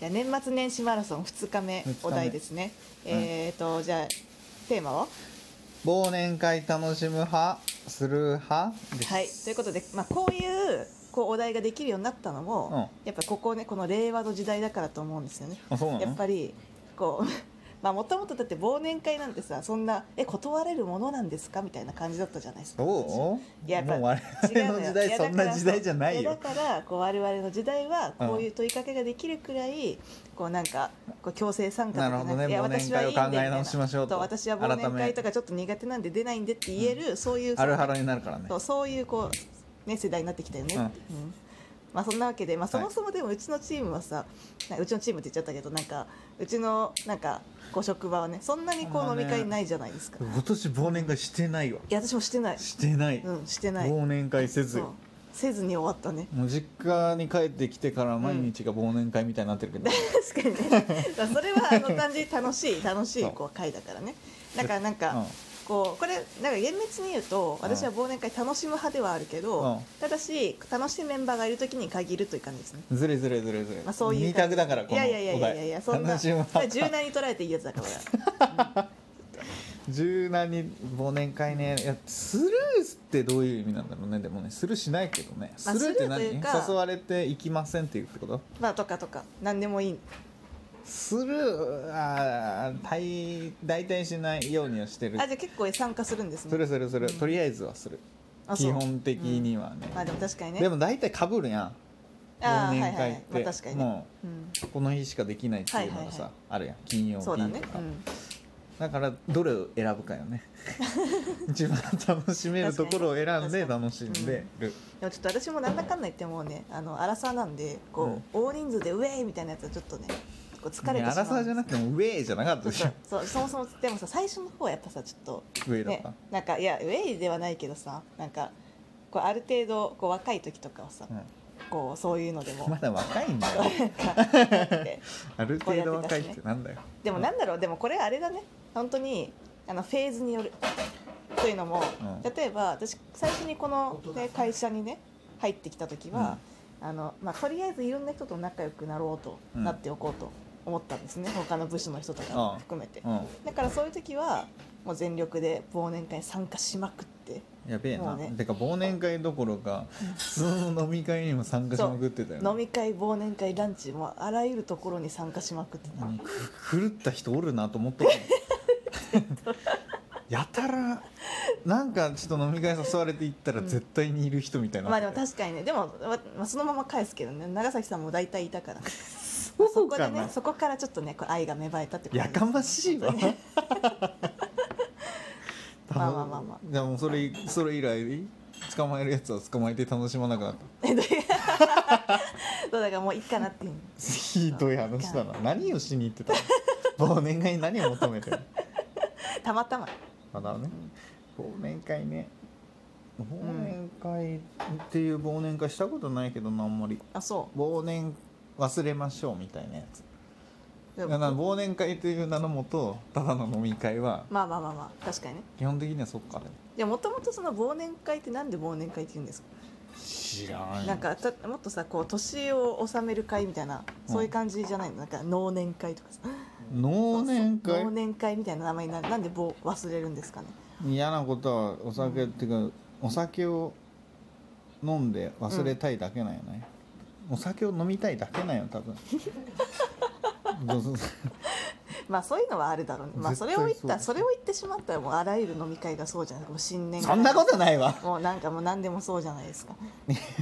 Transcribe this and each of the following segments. じゃあ年末年始マラソン2日目二日目お題ですね、うんえっ、とじゃあテーマは忘年会楽しむ派する派ですはいということで、まあ、こういうこうお題ができるようになったのも、やっぱここねこの令和の時代だからと思うんですよねあそうなのやっぱりこう まあもともとだって忘年会なんてさそんなえ断れるものなんですかみたいな感じだったじゃないですかそういややっぱもう我違々の時うよ代そんいやだからな時代じゃないいやだよからこう我々の時代はこういう問いかけができるくらい、こうなんかこう強制参加とかなるほどねいや忘年会を私はいいんで考え直しましょうとみたいなそう私は忘年会とかちょっと苦手なんで出ないんでって言える、そういうあるはらになるからねそうそういうこう、ね、世代になってきたよね、うんうんまあ、そんなわけで、まあ、そはいもそもでもうちのチームはさ、なんかうちのチームって言っちゃったけどなんかうちのなんかこう職場はねそんなにこあうんま飲ねみ会ないじゃないですか、今年忘年会してないわいや私もしてない、してない、うん、してない忘年会せずそうせずに終わったねもう実家に帰ってきてから毎日が忘年会みたいになってるけど、 確かにね まあそれはあの単純に楽しい楽しいそうこう会だからねだからなんうかんこうこれなんか厳密に言うとうん私は忘年会楽しむ派ではあるけうどんただし楽しいメンバーがいる時に限るという感じですねずれずれずれずれ、まあ、そういう二択だからいこのやいやいやいやいやいやそんな楽しむ それ派柔軟に捉えていいやつだ から柔軟に忘年会ねいやスルーってどういう意味なんだろうねでもねスルーしないけどね、まあスルーってスルーという何か誘われて行きませんっていうってことまあとかとか何でもいいスルーあー大大体しないようにはしてるあじゃあ結構参加するんですするねするする、うんとりあえずはするあそう基本的にはね、まあでも確かにねでも大体かぶるやんあー忘年はい会って、はいはいまあ確かにねもうんうこの日しかできないっていうのはいがさ、はいはいあるやん金曜日そとうかだねうんだからどれを選ぶか よね一番楽しめるところを選んで確か楽しんでる、でもちょっと私もなんだかんだ言ってもうねあの荒さなんでこう、大人数でウェイみたいなやつはちょっとねこう疲れてしまうねんですアラサーじゃなくてもウェイじゃなかったでしそょうそうそもそもでもさ最初の方はやっぱさちょっとウェイだっねた、、なんかいやウェイではないけどさなんかこうある程度こう若い時とかはさ、こうそういうのでうん、ま もだ若いんだよってある程こうや度ってた若いしっねてなんだよでもなんだろうでもこれあれだね本当にあのフェーズによるというのも、うん例えば私最初にこの、ね、会社にね入ってきた時は、あのまあ、とりあえずいろんな人と仲良くなろうと、うんなっておこうと思ったんですね他の部署の人とあかあ含めて、うだからそういう時はもう全力で忘年会に参加しまくってんやべえもな、うねてか忘年会どころか普通の飲み会にも参加しまくってたよね飲み会忘年会ランチもうあらゆるところに参加しまくってた、うんく狂った人おるなと思ったもん やたらなんかちょっと飲み会誘われて行ったらうん絶対にいる人みたいな、まあでも確かにねでも、わまあ、そのまま返すけどね長崎さんも大体いたから そうそこかでなねそこからちょっとねこう愛が芽生えたってことやかましいわ まあまあまあまあでもそれそれ以来捕まえるやつは捕まえて楽しまなくなったそうだからもういいかな っていうひどい話だな何をしに行ってたの忘年会に何を求めてるたまたまのだねうん忘年会ね忘年会っていう忘年会したことないけどなあんまりあそ忘年忘れましょうみたいなやつうでもだから忘年会という名のもとただの飲み会はまあまあまあまあ確かにね基本的にはそっかねでもともとその忘年会ってなんで忘年会って言うんですか、知らなんかたもっとさこう年を納める会みたいなそういう感じじゃないの、なんか能年会とかさ忘年そうそう会忘年会みたいな名前にななんで忘忘れるんですかね嫌なことはお酒、っていうかお酒を飲んで忘れたいだけなんよね、お酒を飲みたいだけなんよ多 分どうぞまあそういうのはあるだろうね、まあ、それを言っ絶対そうたですそれを言ってしまったらもうあらゆる飲み会がそうじゃないもう新年そんなことないわもうなんかもう何でもそうじゃないですか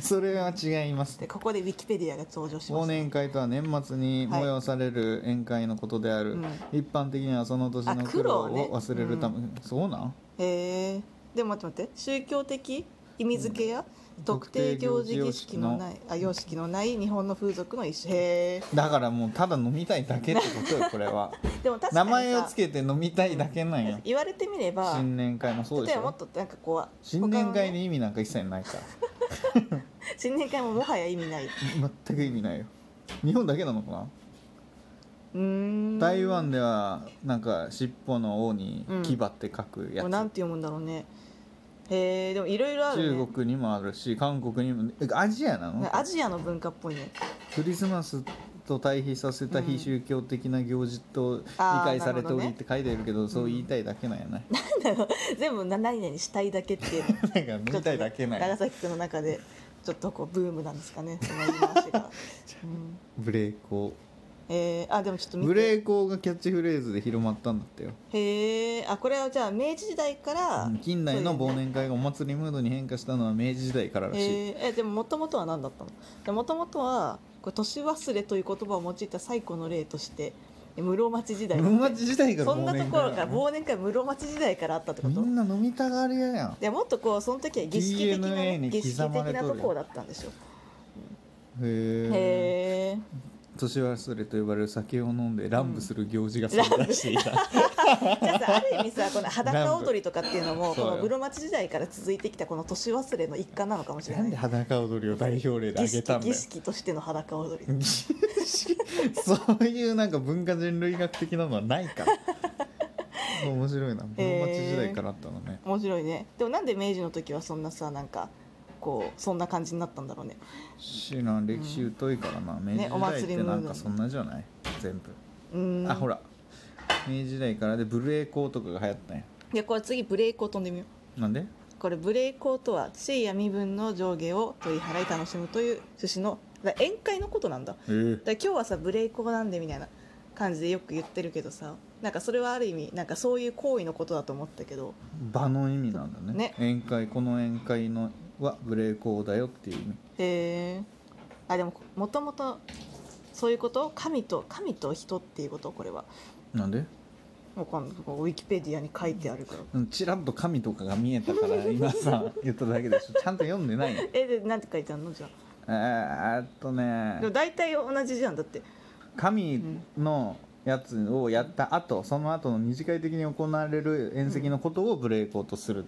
それは違いますでここでウィキペディアが登場しま忘した年会とは年末にはい催される宴会のことである、うん一般的にはその年のあ苦苦労労ねを忘れるため、そうなんへえでも待って待って宗教的意味付けや、特定行事儀式のないあ様式のない日本の風俗の一種へえだからもうただ飲みたいだけってことよこれはでも確か名にさ前をつけて飲みたいだけなんよ言われてみれば新年会もそうで例えしばもょっとなんかこう新年他会のねに意味なんか一切ないから新年会ももはや意味ない全く意味ないよ日本だけなのかな、うーん台湾ではなんか尻尾の王に牙って書くこれやつ、なんて読むんだろうねへえでもいろいろある、ね、中国にもあるし韓国にもえアジアなのアジアの文化っぽいねクリスマスと対比させたう非ん宗教的な行事と理あー解されておなるほどりっねて書いてあるけどそう言いたいだ けなんやね、 全部何々したいだけっていうのなんか見たいだけな長い崎君の中でちょっとこうブームなんですか ねその言い回しが、うんブレーコえーあでもちょっとー見てブレーコーがキャッチフレーズで広まったんだってよへえあこれはじゃあ明治時代から、うん近代のそういう忘ね年会がお祭りムードに変化したのは明治時代かららしい、えーえでももともとは何だったのでもともとはこれ年忘れという言葉を用いた最古の例としてえ室町時代室町時代がそんなところ忘から年忘年会室町時代からあったってこみとんな飲みたがり屋やんでもっとこうその時は儀式的な、 DNA に儀式刻まれ的とるなところだったんでしょへえへえ年忘れと呼ばれる酒を飲んで乱舞する行事が存在 していた、じゃあさある意味さこの裸踊りとかっていうのもそうこよの室町時代から続いてきたこの年忘れの一環なのかもしれなんでない裸踊りを代表例で儀挙式げたんだよ儀式としての裸踊りそういうなんか文化人類学的なのはな いから面白いな室町時代からあったのね、面白いねでもなんで明治の時はそんなさなんかこうそんな感じになったんだろうね知らん歴史疎いからな、明治時代ってなんかそんなじゃない全部うーんあほら明治時代からでブレーコーとかが流行ったんやいやこれ次ブレイクを飛んでみようなんでこれブレイクをとは地位や身分の上下を取り払い楽しむという趣旨のだから宴会のことなんだえだーから今日はさブレイクをなんでみたいな感じでよく言ってるけどさなんかそれはある意味なんかそういう行為のことだと思ったけど場の意味なんだねね宴会この宴会のはブレーコーだよっていう意味へえあでももともとそういうこと神と神と人っていうことこれはなんでわかんないウィキペディアに書いてあるからうんちらっと神とかが見えた から今さ言っただけでしょちゃんと読んでないよえでなんて書いてあるのじゃえー、えーっとあでもね大体同じじゃんだって神のやつをやった後その後の二次会的に行われる宴席のことをブレーコーとする、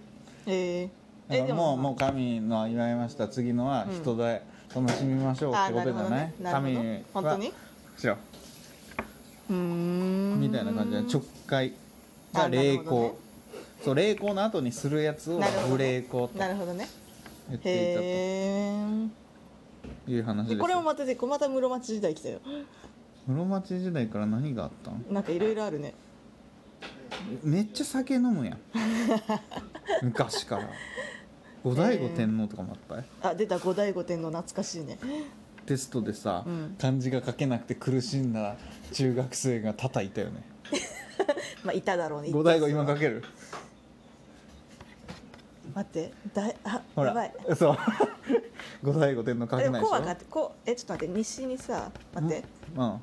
えー、だからもうもうう神の祝いました次のは人で楽しみましょうってことじゃない、なるほどね神本は当にしろうーんみたいな感じで直会があなる霊ほ光、どねそう霊光の後にするやつをなるほど無霊光となるほどね言っていたへえという話ですこれもまたでこまた室町時代来たよ室町時代から何があったんなんかいろいろあるねめっちゃ酒飲むや ん昔から後醍醐天皇とかもあったよあ出た五醍醐天皇懐かしいねテストでさ、うん漢字が書けなくて苦しんだ中学生が多々いたよねまあいただろうね後醍一定数醐今は書ける待ってだいあほやらばいそう 後醍醐天皇書あけでなもいこうではしょかってこうえちょっと待って西にさ待ってうんあ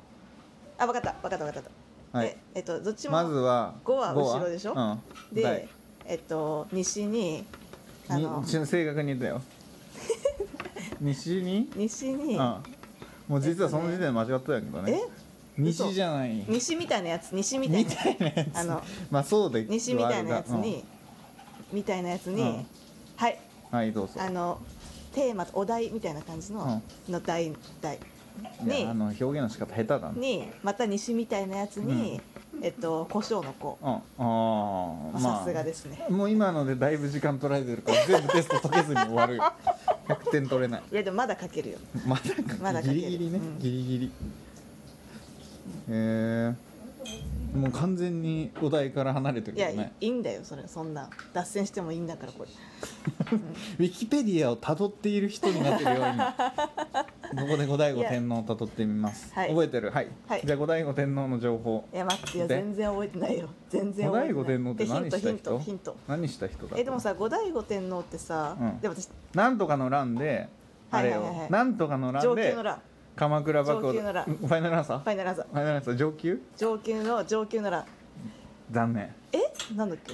分かった分かった分かった、はいええっとどっちもまずは五は後ろでしょ五はうん、でえっと西にあのに正確に言っ たよ西に、西うに、ん、もう実はその時点で間違ってたけどねえ嘘西じゃない西みたいなやつ西みたいみなたいなやつあのまあそうで西みたいなやつうんに、みたいなやつに、うんはいはいどうぞあのテーマお題みたいな感じの、の題題いにやあの表現の仕方下手だなうんにまた西みたいなやつに、えっと胡椒の子ああまあさすがですねもう今のでだいぶ時間取られてるから全部テスト解けずに終わ るよ100点取れないいやでもまだ書けるよまだか まだかけギるリギリね、うんギリギリえー、もう完全にお題から離れてるいよやいねいいんだよそれそんな脱線してもいいんだからこれウィキペディアをたどっている人になってるよ 今ここで後醍醐天皇をたどってみます、はい覚えてるはい、はいじゃあ後醍醐天皇の情報いや待ってよで全然覚えてないよ全後然覚えてな醍い醐天皇って何でしたヒント人ヒントヒン何した人だトえでもさ五醍醐天皇ってさ、うんでも私なんとかの乱であれよ、はいはいはいはいなんとかの乱上級での乱鎌倉幕府上級の乱ファイナルアンサーフファイナルアンサーァイナルアンサー上級上級の上級の乱残念えなんだっけ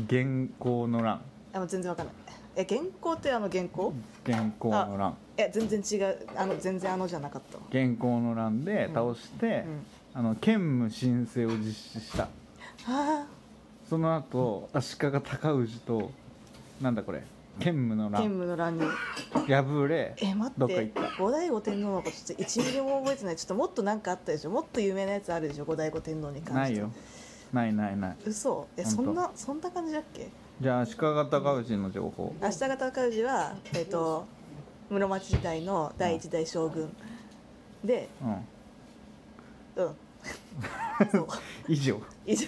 元寇の乱あもう全然わかんないえ原稿ってあの原稿元寇の乱え全然違うあの全然あのじゃなかったわ元寇の乱で倒して、うんあの兼務申請を実施したあその後足利尊氏となんだこれ兼務のあ兼務乱の乱に破れえ待どっっか行ってた五醍醐天皇のことちょっと1ミリも覚えてないちょっともっとなんかあったでしょもっと有名なやつあるでしょ五醍醐天皇に関してないよないないない嘘え本当そんなそんな感じだっけじゃあ足利尊氏の情報明日方尊氏はえっ、と室町時代の第一代将軍でううんんそう 以上以 上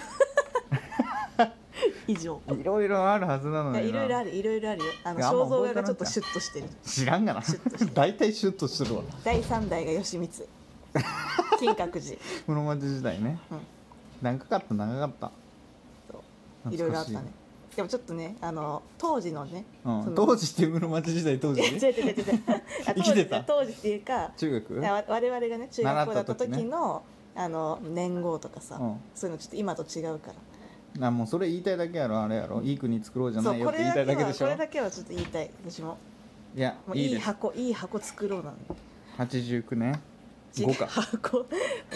以上いろいろあるはずなのいやにいろいろなあるいろいろあるよあのいやあんま肖像覚画えてながちょいっとシュッとしてる知らんがなシュッとしてる大体シュッとするわ第三代が義満 金閣寺室町時代ね、うん長かった長かったそういろ懐いろあかっしたねでもちょっとねあの当時のね、うそのん、当時って室町時代 当い時や違う違う違う違うあ生きてた当時当時っていうか中学いやわ我々がね中学校だった時習っのあの年号とかさ、うんそういうのちょっと今と違うからあもうそれ言いたいだけやろあれやろいい国作ろうじゃそなういよこってれ言だいたけいだけはでしこょれだけはちょっと言いたい私もいやもういいいいです箱いい箱作ろうなの89年5か箱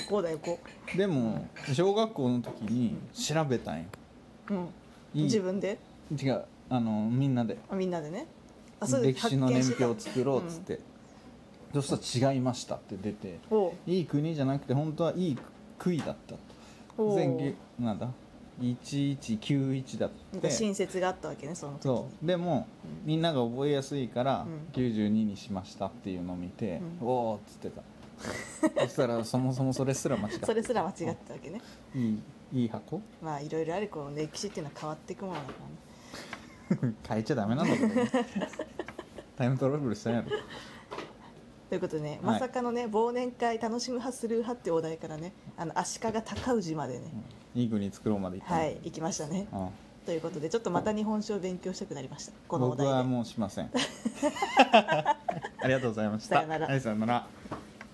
5だよ5、でも小学校の時に調べたんようん、いい自分で違うあのみんなであみんなでねあそれで歴史の発見年して表たを作ろうっつって、そしたら「違いました」って出ておう「いい国じゃなくて本当はいい杭だった」おう前期なんだ1191だっなんかて新説があったわけねその時そうでもみんなが覚えやすいからうん92にしましたっていうのを見て、うんおおっつってた そしたらそもそもそれすら間違ってたそれすら間違ってたわけねいいいい箱 まあいろいろあるこう歴史っていうのは変わっていくものだからね変えちゃダメなんだけど ねタイムトラベルしたんやろということでね、はいまさかのね忘年会楽しむ派する派ってお題からねあの足利尊氏までね、いい国作ろうまで行ったのはい行きましたねうんということでちょっとまた日本史を勉強したくなりましたこのお僕題で はもうしません ありがとうございましさたよならはいさよなら